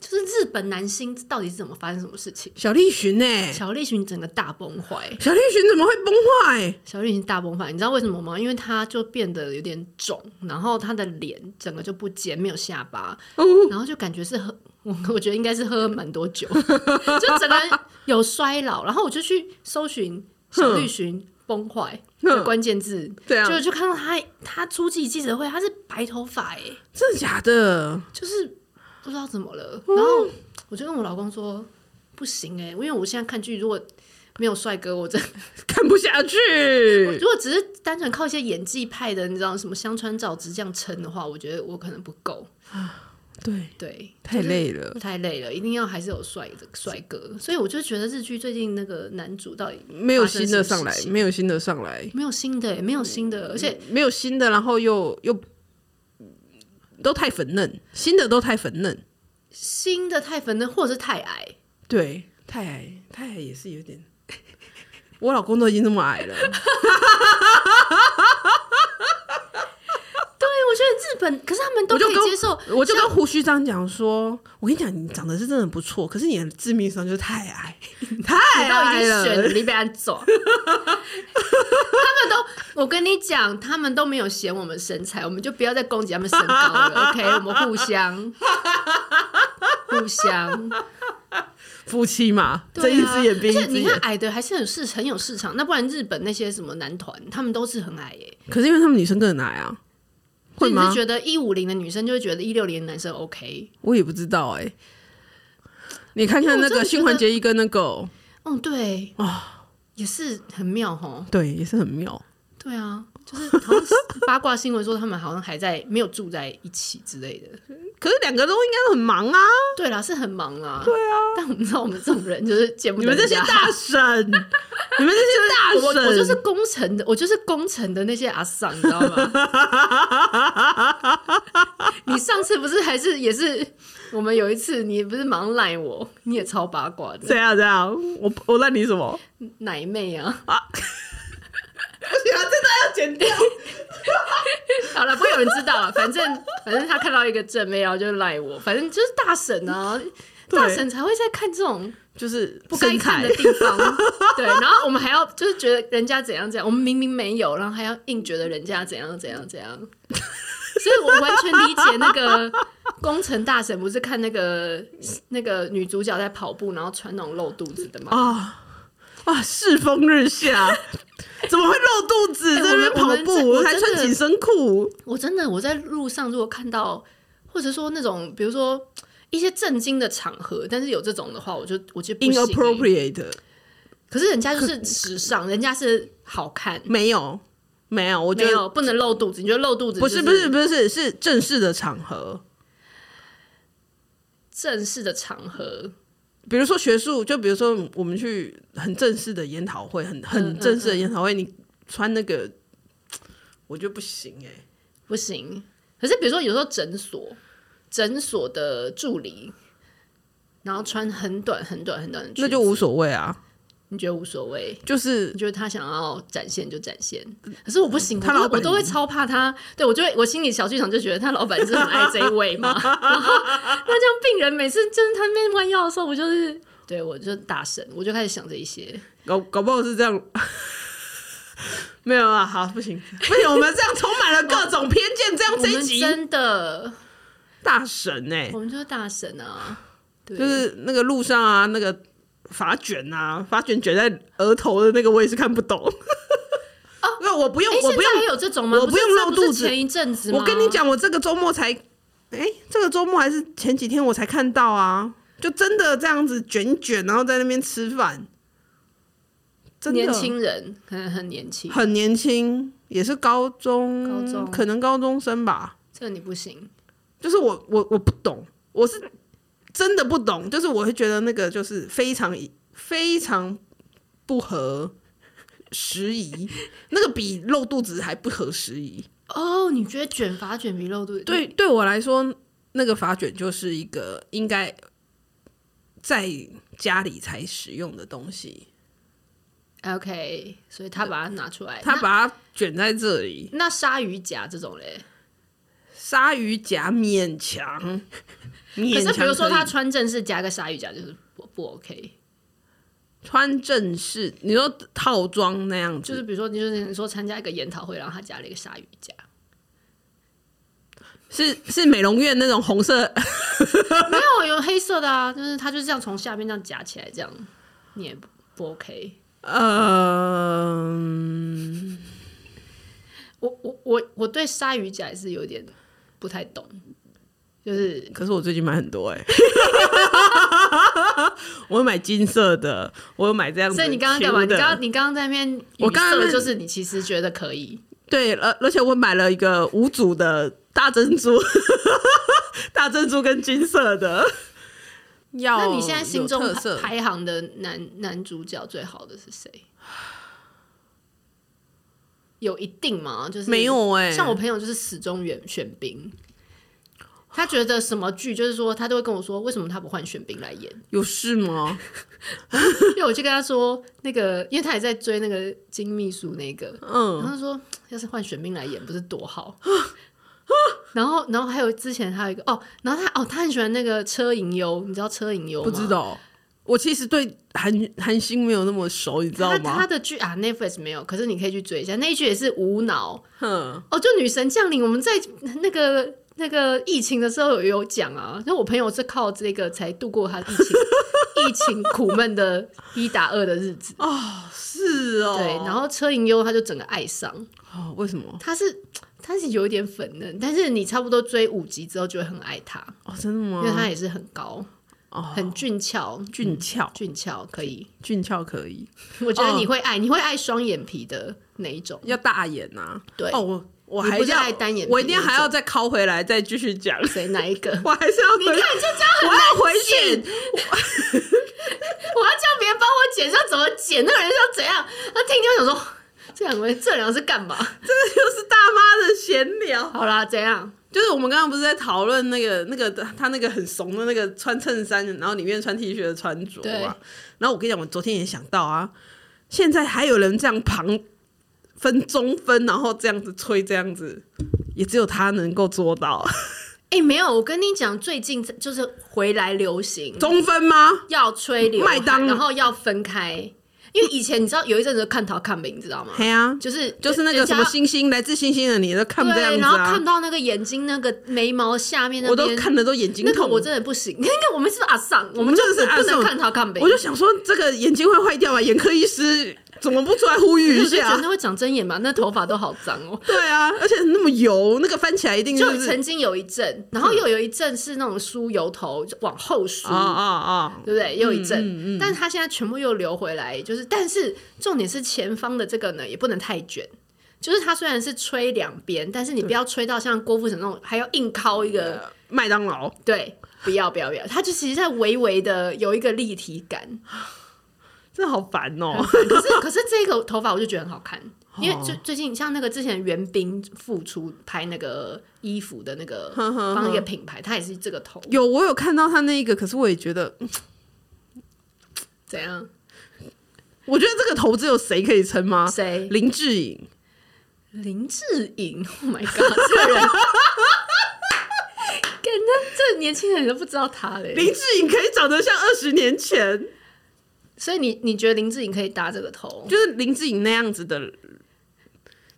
S2: 就是日本男星到底是怎么发生什么事情？
S3: 小栗旬呢、
S2: 小栗旬整个大崩坏，
S3: 小栗旬怎么会崩坏、
S2: 小栗旬大崩坏，你知道为什么吗？因为他就变得有点肿，然后他的脸整个就不尖，没有下巴，
S3: 嗯
S2: 然后就感觉是喝，我我觉得应该是喝了蛮多酒， 就整个人有衰老。然后我就去搜寻小栗旬崩坏的关键字，
S3: 嗯对啊
S2: 就就看到他他出席记者会，他是白头发哎、
S3: 真的假的？
S2: 就是不知道怎么了。
S3: 嗯
S2: 然后我就跟我老公说，不行哎、因为我现在看剧如果没有帅哥，我真
S3: 看不下去。
S2: 如果只是单纯靠一些演技派的，你知道什么香川照之这样撑的话，我觉得我可能不够，
S3: 对，
S2: 对，
S3: 太累了。
S2: 太累了，一定要还是有帅的帅哥。所以我就觉得日剧最近那个男主到底
S3: 没有
S2: 发生
S3: 新的
S2: 什么
S3: 上来
S2: 事，情
S3: 没有新的上来，
S2: 没有新的、欸，没有新的，
S3: 嗯
S2: 而且
S3: 没有新的，然后又又都太粉嫩，新的都太粉嫩，
S2: 新的太粉嫩或者是太矮，
S3: 对，太矮太矮也是有点。 我老公都已经那么 矮了，
S2: 对我觉得日本，可是他们都
S3: 我就
S2: 可以
S3: 跟
S2: 接受，
S3: 我就跟胡须章讲说，我跟你讲，你长得是真的不错，可是你的致命伤就是太 矮，太
S2: 你都已
S3: 矮
S2: 经选了，
S3: 了。
S2: 你 被他走。他们都，我跟你讲，他们都没有嫌我们身材，我们就不要再攻击他们身高 了。OK，我们互相，互相，
S3: 夫妻嘛，睁
S2: 对
S3: 一
S2: 啊。
S3: 只眼闭一
S2: 而且
S3: 只
S2: 你看，
S3: 眼。
S2: 矮的还是很市很有市场。那不然日本那些什么男团，他们都是很矮耶、
S3: 可是因为他们女生更矮啊，
S2: 所
S3: 会
S2: 以你是
S3: 吗？
S2: 觉得一五零的女生就会觉得一六零的男生 OK？
S3: 我也不知道哎、你看看那
S2: 因为我真
S3: 个
S2: 的
S3: 新环节一跟那个哦，
S2: 嗯，对，
S3: 啊
S2: 也是很妙吼。
S3: 对，也是很妙。
S2: 对啊，就是好像是八卦新闻说他们好像还在没有住在一起之类的。
S3: 可是两个都应该都很忙啊！
S2: 对啦，是很忙啦。对啊，但我们知道我们这种人就是见不
S3: 你
S2: 得
S3: 们这些
S2: 人家
S3: 大 神，你们这些大
S2: 我
S3: 神，
S2: 我就是工程的，我就是工程的那些阿桑，你知 道吗？你上次不是还是也是我们有一次，你不是忙赖我，你也超八卦的
S3: 怎样怎样？我我赖你什么？
S2: 奶妹啊！
S3: 不行啊，这段要剪掉。
S2: 好了，不会有人知道了， 反正反正他看到一个正妹，然后就赖我，反正就是大神啊，
S3: 对
S2: 大神才会在看这种
S3: 就是
S2: 不该看的
S3: 身材
S2: 地方。 对，然后我们还要就是觉得人家怎样怎样，我们明明没有，然后还要硬觉得人家怎样怎样怎 样。所以我完全理解那个工程大神，不是看那个那个女主角在跑步，然后穿那种露肚子的吗？
S3: 啊啊，世风日 下，怎么会露肚子
S2: 哎
S3: 在那边跑
S2: 我们我们这
S3: 步？
S2: 我
S3: 还
S2: 真的
S3: 穿紧身裤？
S2: 我真的我在路上如果看到或者说那种比如说一些震惊的场合，但是有这种的话，我就我就不行欸
S3: inappropriate
S2: 可是人家就是时尚，人家是好看，
S3: 没有没有，我觉
S2: 没
S3: 得
S2: 有不能露肚子。你觉得露肚子、
S3: 不
S2: 是
S3: 是不是不是是正式的场合，
S2: 正式的场合？
S3: 比如说学术，就比如说我们去很正式的研讨会，很
S2: 嗯
S3: 很正式的研讨会，你穿那个我觉得不行哎、
S2: 不行。可是比如说有时候诊所，诊所的助理，然后穿很短很短很短的裙子，
S3: 那就无所谓啊，
S2: 你觉得无所谓？
S3: 就是
S2: 你觉得他想要展现就展现，可是我不行，我
S3: 他
S2: 都
S3: 老
S2: 我
S3: 板
S2: 都会超怕他。对我就会，我心里小剧场就觉得他老板是很爱这一 位嘛。然后那这样病人每次就是他那边弯腰的时候，我就是对我就大神，我就开始想这一些。
S3: 搞搞不好是这样。 没有啊，好，不行，不行，我们这样充满了各种偏见，这样
S2: 我
S3: 这一
S2: 们
S3: 集
S2: 真的，
S3: 大神哎、
S2: 我们就是大神啊！对，
S3: 就是那个路上啊，那个发卷啊，发卷卷在额头的那个，我也是看不懂。 那我不用
S2: 哎，，
S3: 我
S2: 现
S3: 不用
S2: 在还有这种吗？
S3: 我
S2: 不
S3: 不用
S2: 是这
S3: 露
S2: 是
S3: 肚子
S2: 前一阵子，
S3: 我跟你，讲，我这个周末才，哎、这个周末还是前几天我才看到啊，就真的这样子卷一卷，然后在那边吃饭，真的
S2: 年轻人可能很年轻，
S3: 很年轻，也是高中，
S2: 高中
S3: 可能高中生吧。
S2: 这你不行。
S3: 就是我我我不懂，我是真的不懂，就是我会觉得那个就是非常非常不合时宜，那个比露肚子还不合时宜。
S2: 哦，你觉得卷发卷比露肚子
S3: 对，对我来说，那个发卷就是一个应该在家里才使用的东西，
S2: 啊？OK，所以他把它拿出来，
S3: 他
S2: 哎那
S3: 把它卷在这里，
S2: 那鲨鱼夹这种嘞，
S3: 鲨鱼夹勉强，勉
S2: 可
S3: 强
S2: 是比如说
S3: 以
S2: 他穿正式夹个鲨鱼夹就是不不 OK，
S3: 穿正式，你说套装那样
S2: 就
S3: 子，
S2: 是比如说你就是你说参加一个研讨会，然后他夹了一个鲨鱼夹，
S3: 是是美容院那种红色，哎
S2: 没有有黑色的啊，就是他就是这样从下面这样夹起来，这样你也不不 OK。
S3: 嗯、
S2: 我我我我对鲨鱼夹也是有点不太懂，就是
S3: 可是我最近买很多哎、 我有买金色的，我有买这样子。
S2: 所以你刚刚干嘛？你
S3: 的
S2: 刚刚你刚刚在那边，
S3: 我刚刚
S2: 语塞就是你其实觉得可以，
S3: 对，而而且我买了一个五组的大珍珠， 大珍珠跟金色的。要
S2: 那你现在心中
S3: 有特色
S2: 排排行的男男主角最好的是谁？有一定吗？就是
S3: 没有欸
S2: 像我朋友就是始终选选兵，他觉得什么剧就是说他都会跟我说为什么他不换选兵来演，
S3: 有事吗？
S2: 因为我就跟他说那个，因为他也在追那个金秘书那个，然
S3: 嗯，
S2: 后他说要是换选兵来演不是多好。然后，然后还有之前还有一个哦，然后他哦，他很喜欢那个车银优，你知道车银优吗？
S3: 不知道。我其实对韩韩星没有那么熟，你知道
S2: 他他
S3: 吗？
S2: 的剧啊，Netflix 没有，可是你可以去追一下，那一剧也是无脑
S3: 哼，
S2: 哦，就《女神降临》，我们在那个那个疫情的时候有有讲啊，就我朋友是靠这个才度过他 疫情疫情苦闷的一打二的日子。
S3: 是哦。
S2: 对，然后车银优他就整个爱上，
S3: 哦，为什么？
S2: 他是他是有一点粉嫩，但是你差不多追五集之后就会很爱他，
S3: 哦，真的
S2: 因为
S3: 吗？
S2: 他也是很高，
S3: 哦，
S2: 很俊俏，
S3: 俊俏，
S2: 俊俏可以，
S3: 俊俏可以，
S2: 我
S3: 哦
S2: 觉得你会爱，你会爱双眼皮的哪一种？
S3: 要大眼呐。
S2: 对
S3: 哦，我我
S2: 你
S3: 还
S2: 不是
S3: 要
S2: 爱单眼皮
S3: 我一定
S2: 那
S3: 还要
S2: 种
S3: 再拷回来，再继续 讲。
S2: 谁哪一个？
S3: 我还是 要回，你看，就这样，我要回去，
S2: 我要叫别人帮我剪，要怎么剪？那个人要怎样？他听听我想说，这两个人这两个是干嘛？
S3: 就是大妈的闲聊，
S2: 好啦，怎样？
S3: 就是我们刚刚不是在讨论那个那个他那个很怂的那个穿衬衫，然后里面穿 T 恤的穿着
S2: 对
S3: 嘛。然后我跟你讲，我昨天也想到啊，现在还有人这样旁分中分，然后这样子吹，这样子，也只有他能够做到
S2: 哎、没有，我跟你讲，最近就是回来流行
S3: 中分吗？
S2: 要吹刘海
S3: 麦当
S2: 然后要分开，因为以前你知道有一阵子看桃看美，你知道吗？
S3: 嘿啊，
S2: 就是
S3: 就是那个
S2: 人
S3: 什
S2: 家
S3: 么星星，来自星星的你都看不这样
S2: 对，
S3: 子
S2: 然后看
S3: 啊
S2: 不，到那个眼睛、那个眉毛下面那
S3: 我都
S2: 边，
S3: 看的都眼睛
S2: 那个
S3: 痛。
S2: 我真的不行。你 看我们是不是阿尚？我们
S3: 我们
S2: 就
S3: 真的是阿
S2: 不能
S3: 尚
S2: 看桃看美，
S3: 我就想说，这个眼睛会坏掉啊！眼科医师怎么不出来呼吁
S2: 我
S3: 一
S2: 就觉得
S3: 下
S2: 那？会长针眼嘛，那头发都好脏哦。
S3: 对啊，而且那么油，那个翻起来一定
S2: 就是曾经有一阵，然后又有一阵是那种梳油头就往后梳，
S3: 啊啊啊！
S2: 对不对？又一阵，但他现在全部又留回来，就是但是重点是前方的这个呢也不能太卷，就是它虽然是吹两边，但是你不要吹到像郭富城那种还要硬靠一个，
S3: 麦当劳，
S2: 对，不要不要不要，它就其实在微微的有一个立体感。
S3: 真的好烦哦、
S2: 可是可是这个头发我就觉得很好看，因为最最近像那个之前袁冰复出拍那个衣服的那个
S3: 哼哼
S2: 帮一个品牌，它也是这个头，
S3: 有我有看到他那一个，可是我也觉得，
S2: 怎样？
S3: 我觉得这个头只有谁可以撑吗？
S2: 谁？
S3: 林志颖，
S2: 林志颖，Oh my god，这个人， 感觉这年轻人都不知道他嘞。
S3: 林志颖可以长得像二十年前，
S2: 所以你你觉得林志颖可以搭这个头？
S3: 就是林志颖那样子的。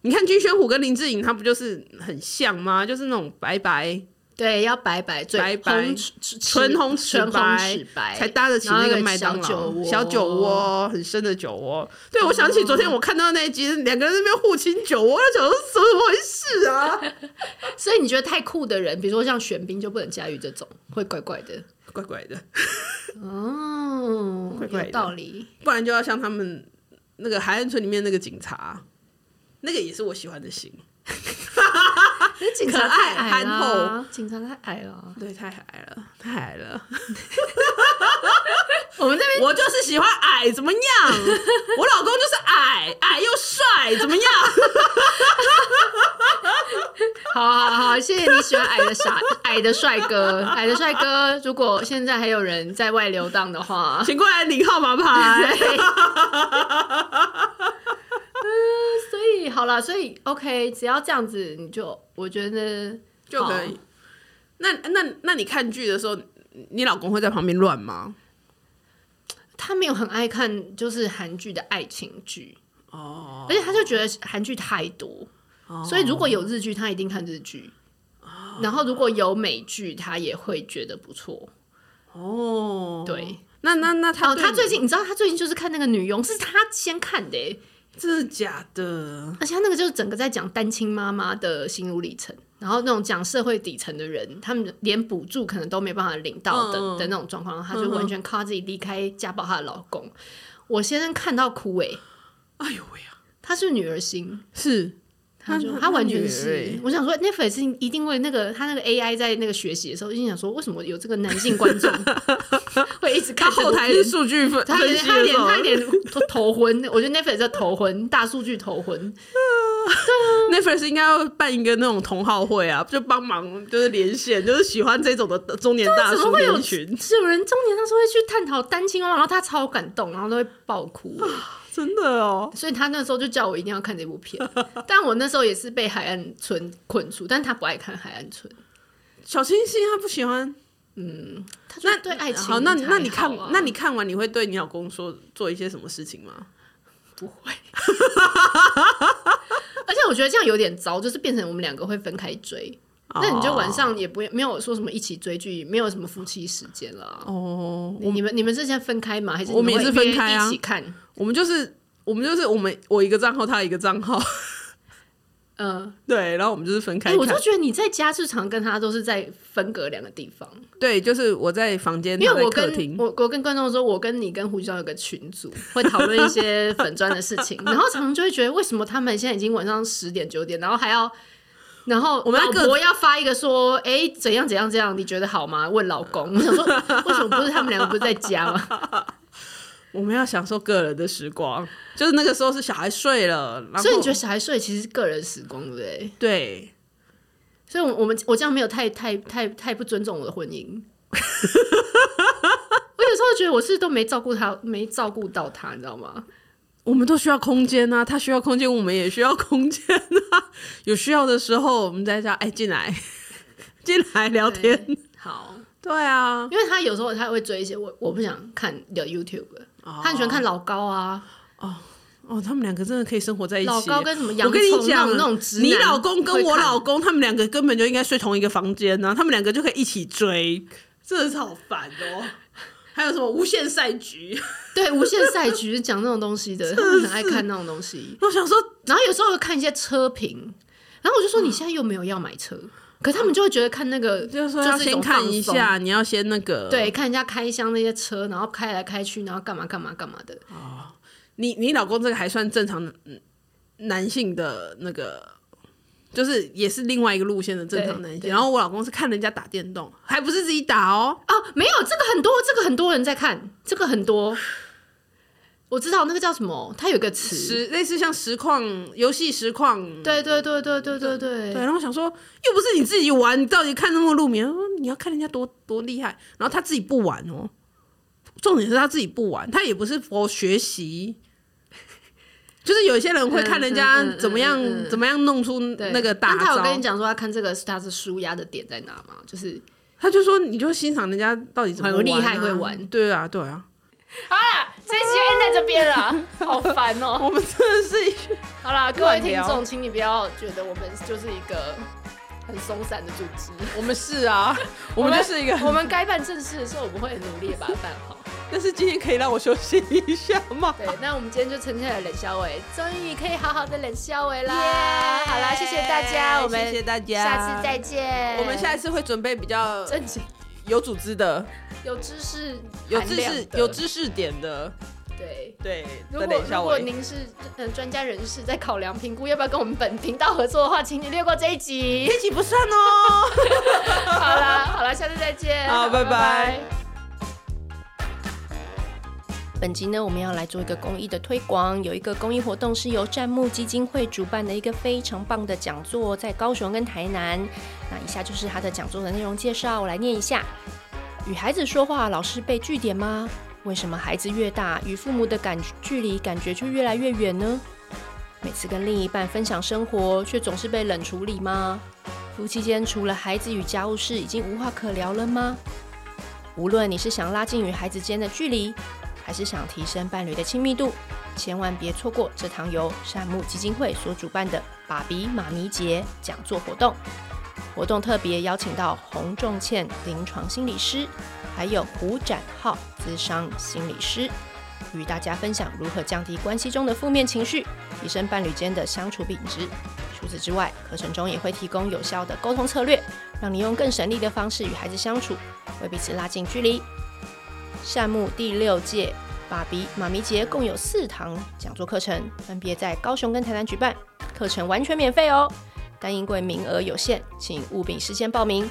S3: 你看金宣虎跟林志颖，他不就是很像吗？就是那种白白
S2: 对，要白白最
S3: 白白
S2: 红唇
S3: 唇红齿
S2: 唇红
S3: 白
S2: 齿白，
S3: 才搭得起那个麦当
S2: 然后
S3: 劳
S2: 那个
S3: 小
S2: 小
S3: 酒哦
S2: 酒窝
S3: 窝，很深的酒窝。对，我想起昨天我看到那一集，两个人在那边互亲酒窝，我就想说怎么回事啊？
S2: 所以你觉得太酷的人，比如说像玄彬就不能驾驭这种，会怪怪的。
S3: 怪怪的，
S2: 哦
S3: 怪怪的
S2: 有道理。
S3: 不然就要像他们那个海岸村里面那个警察，那个也是我喜欢的型。
S2: 可是警
S3: 可
S2: 察
S3: 爱
S2: 太矮
S3: 憨
S2: 啦，警察太矮了。
S3: 对，太矮了，太矮了。
S2: 我们这边
S3: 我就是喜欢矮，怎么样？我老公就是矮，矮又帅，怎么样？
S2: 好好好，谢谢你喜欢矮的傻矮的帅 哥，矮的帅哥。如果现在还有人在外流荡的话，
S3: 请过来领号码 牌。
S2: 对呃所以好啦，所以 OK，只要这样子，你就我觉得
S3: 就可以。。那那那你看剧的时候，你你老公会在旁边乱吗？
S2: 他没有很爱看就是韩剧的爱情剧，
S3: 哦，
S2: 而且他就觉得韩剧太多，所以如果有日剧，他一定看日剧。然后如果有美剧，他也会觉得不错。
S3: 哦，
S2: 对，
S3: 那那那他
S2: 哦，
S3: 对
S2: 他
S3: 你
S2: 最近你知道，他最近就是看那个女佣，是他先看的耶，
S3: 真的假的？
S2: 而且他那个就是整个在讲单亲妈妈的心路历程，然后那种讲社会底层的人，他们连补助可能都没办法领到的、
S3: 嗯嗯
S2: 的那种状况，然后他就完全靠自己离开家暴她的老公。我先生看到哭诶，
S3: 哎呦喂呀，
S2: 他是女儿心，
S3: 是
S2: 他就
S3: 他
S2: 他完全
S3: 他女儿
S2: 是
S3: 欸，
S2: 我想说 Netflix 一定会那个他那个 AI 在那个学习的时候，就心想说为什么有这个男性观 众会一直
S3: 他
S2: 看这
S3: 后
S2: 部
S3: 台
S2: 片
S3: 数据分
S2: 他有
S3: 分
S2: 点，
S3: 析
S2: 他有
S3: 的时
S2: 点，
S3: 候
S2: 他有点头头昏。我觉得 Netflix 在头昏，大数据头昏。
S3: ，Netflix 应该要办一个那种同好会啊，就帮忙就是连线，就是喜欢这种的中年大
S2: 啊怎么
S3: 叔
S2: 会有
S3: 那一群，
S2: 是有人中年那时候会去探讨单亲妈妈，然后他超感动，然后都会 爆哭。
S3: 真的哦。
S2: 所以他那时候就叫我一定要看这部片。但我那时候也是被海岸村困住，但他不爱看海岸村。
S3: 小清新他不喜欢，
S2: 他就
S3: 那
S2: 对爱情
S3: 好，那那你
S2: 还
S3: 看
S2: 好啊，
S3: 那你看完你会对你老公说做一些什么事情吗？
S2: 不会。而且我觉得这样有点糟，就是变成我们两个会分开追。
S3: 哦
S2: 那你就晚上也不没有说什么一起追剧，没有什么夫妻时间了啊。
S3: 哦，
S2: 你们你们是现在分开吗？还是
S3: 我们
S2: 你
S3: 也是
S2: 会
S3: 分开啊
S2: 一起看，
S3: 我们就是我们就是我们我一个账号，他一个账号，
S2: 嗯，
S3: 对，然后我们就是分开
S2: 哎、
S3: 看。
S2: 我就觉得你在家日常跟他都是在分隔两个地方，
S3: 对，就是我在房间，
S2: 因
S3: 他
S2: 为
S3: 在
S2: 我
S3: 客
S2: 跟
S3: 厅。
S2: 我我跟观众说，我跟你跟胡椒有个群组，会讨论一些粉砖的事 情，然后常常就会觉得为什么他们现在已经晚上十点九点，然后还要。然后
S3: 我们在
S2: 老
S3: 各
S2: 婆要发一个说，哎，怎样怎样怎样，你觉得好吗？问老公，我想说，为什么不是他们两个不是在家吗？
S3: 我们要享受个人的时光，就是那个时候是小孩睡了，然后
S2: 所以你觉得小孩睡其实是个人时光，对不对？
S3: 对，
S2: 所以我，我们我这样没有太太太太不尊重我的婚姻。我有时候觉得我是都没照顾他，没照顾到他，你知道吗？
S3: 我们都需要空间啊，他需要空间，我们也需要空间啊。 有需要的时候，我们在家，哎，进来， 进来聊天。
S2: 对好，
S3: 对啊，
S2: 因为他有时候他会追一些我我不想看的 YouTube，的、他很喜欢看老高啊，
S3: 哦，他们两个真的可以生活在一起。
S2: 老高跟什么
S3: 我
S2: 洋
S3: 跟你
S2: 葱那
S3: 讲
S2: 种那种直，男
S3: 你老公跟我老
S2: 会看
S3: 公，他们两个根本就应该睡同一个房间呢、啊，他们两个就可以一起追，真的是好烦哦。还有什么无限赛局？
S4: 对无限赛局讲那种东西的，他们很爱看那种东西。
S3: 我想说，
S4: 然后有时候会看一些车评，然后我就说你现在又没有要买车，可他们就会觉得看那个
S3: 就是说
S4: 就
S3: 要
S4: 是一
S3: 先
S4: 种
S3: 看一
S4: 放松。
S3: 下，你要先那个。，
S4: 对，看人家开箱那些车，然后开来开去，然后干嘛干嘛干嘛的。
S3: 你你老公这个还算正常的嗯男性的那个。就是也是另外一个路线的正常
S4: 对
S3: 男性，
S4: 对
S3: 然后我老公是看人家打电动，还不是自己打哦，
S4: 哦，没有，这个很多，这个很多人在看，这个很多。我知道那个叫什么，它有一个词。
S3: 实类似像实况游戏实况，
S4: 对对对对对对对
S3: 对，然后我想说，又不是你自己玩，你到底看那么入迷？他说你要看人家多多厉害，然后他自己不玩哦。重点是他自己不玩，他也不是佛学习，就是有一些人会看人家
S4: 嗯嗯嗯
S3: 怎么样、
S4: 嗯嗯嗯
S3: 怎么样弄出
S4: 对
S3: 那个大
S4: 但他有跟
S3: 招
S4: 你，讲说，他看这个是他是舒压的点在哪吗？就是
S3: 他就说你就欣赏人家到底怎么、啊、
S4: 很厉害会玩
S3: 对啊对啊，
S2: 好啦，这一集就 end 在这 边了，好烦哦、
S3: 我们真的是一
S2: 好啦，各
S4: 各
S2: 位
S4: 位
S2: 听
S4: 听
S2: 众，
S4: 众，请你不要觉得我们就是一个很松散的组织，
S3: 我们是啊，我们就是一个，
S2: 我们该办正事的时候，我们会很努力地把它办好。
S3: 但是今天可以让我休息一下吗？
S2: 对，那我们今天就呈现了冷笑伟，终于可以好好的冷笑伟啦。好啦，谢谢大家，我们
S3: 哎谢谢大家，
S2: 下次再见。
S3: 我们下一次会准备比较
S2: 正经
S3: 有组织的、
S2: 有知识
S3: 有
S2: 含量的，
S3: 知识、有知识点的，
S2: 对。
S3: 对。
S2: 如
S3: 再
S2: 果
S3: 等一下
S2: 如
S3: 我
S2: 果您是呃专家人士，在考量评估要不要跟我们本频道合作的话，请你略过这一集。
S3: 一起不算哦。
S2: 好啦，好啦，下次再见。
S3: 好拜拜
S2: 本集呢，我们要来做一个公益的推广，有一个公益活动是由战木基金会主办的一个非常棒的讲座，在高雄跟台南。那以下就是他的讲座的内容介绍，我来念一下：与孩子说话，老是被据点吗？为什么孩子越大，与父母的感距离感觉就越来越远呢？每次跟另一半分享生活，却总是被冷处理吗？夫妻间除了孩子与家务事，已经无话可聊了吗？无论你是想拉近与孩子间的距离，还是想提升伴侣的亲密度，千万别错过这堂由善木基金会所主办的“爸比妈咪节”讲座活动。活动特别邀请到洪仲倩临床心理师，还有胡展浩资商心理师，与大家分享如何降低关系中的负面情绪，提升伴侣间的相处品质。除此之外，课程中也会提供有效的沟通策略，让你用更省力的方式与孩子相处，为彼此拉近距离。善木第六届爸比妈咪节共有四堂讲座课程，分别在高雄跟台南举办，课程完全免费哦。但因为名额有限，请务必事先报名。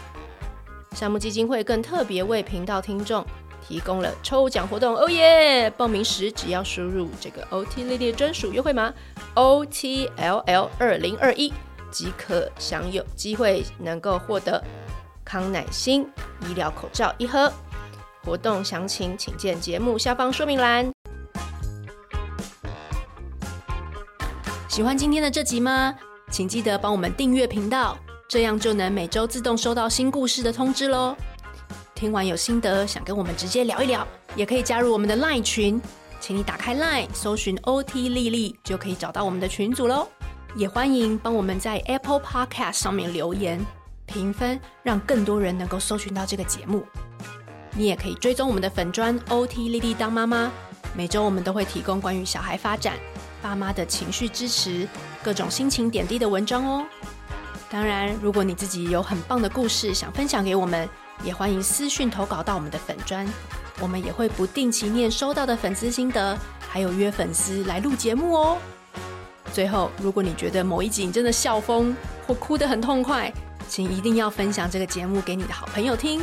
S2: 善木基金会更特别为频道听众提供了抽奖活动，哦耶！报名时只要输入这个 OT 丽丽专属优惠码 OTLL 二零二一，即可享有机会能够获得康乃馨医疗口罩一盒。活动详情请见节目下方说明栏。
S5: 喜欢今天的这集吗？请记得帮我们订阅频道，这样就能每周自动收到新故事的通知喽。听完有心得，想跟我们直接聊一聊，也可以加入我们的 LINE 群，请你打开 LINE 搜寻 OT 丽丽，就可以找到我们的群组喽。也欢迎帮我们在 Apple Podcast 上面留言评分，让更多人能够搜寻到这个节目。你也可以追踪我们的粉砖 OT 丽丽当妈妈，每周我们都会提供关于小孩发展、爸妈的情绪支持、各种心情点滴的文章哦。当然，如果你自己有很棒的故事想分享给我们，也欢迎私讯投稿到我们的粉砖，我们也会不定期念收到的粉丝心得，还有约粉丝来录节目哦。最后，如果你觉得某一集你真的笑疯或哭得很痛快，请一定要分享这个节目给你的好朋友听。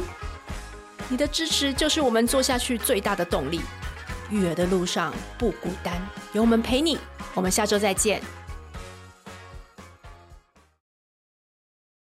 S5: 你的支持就是我们做下去最大的动力。育儿的路上不孤单，有我们陪你。我们下周再见，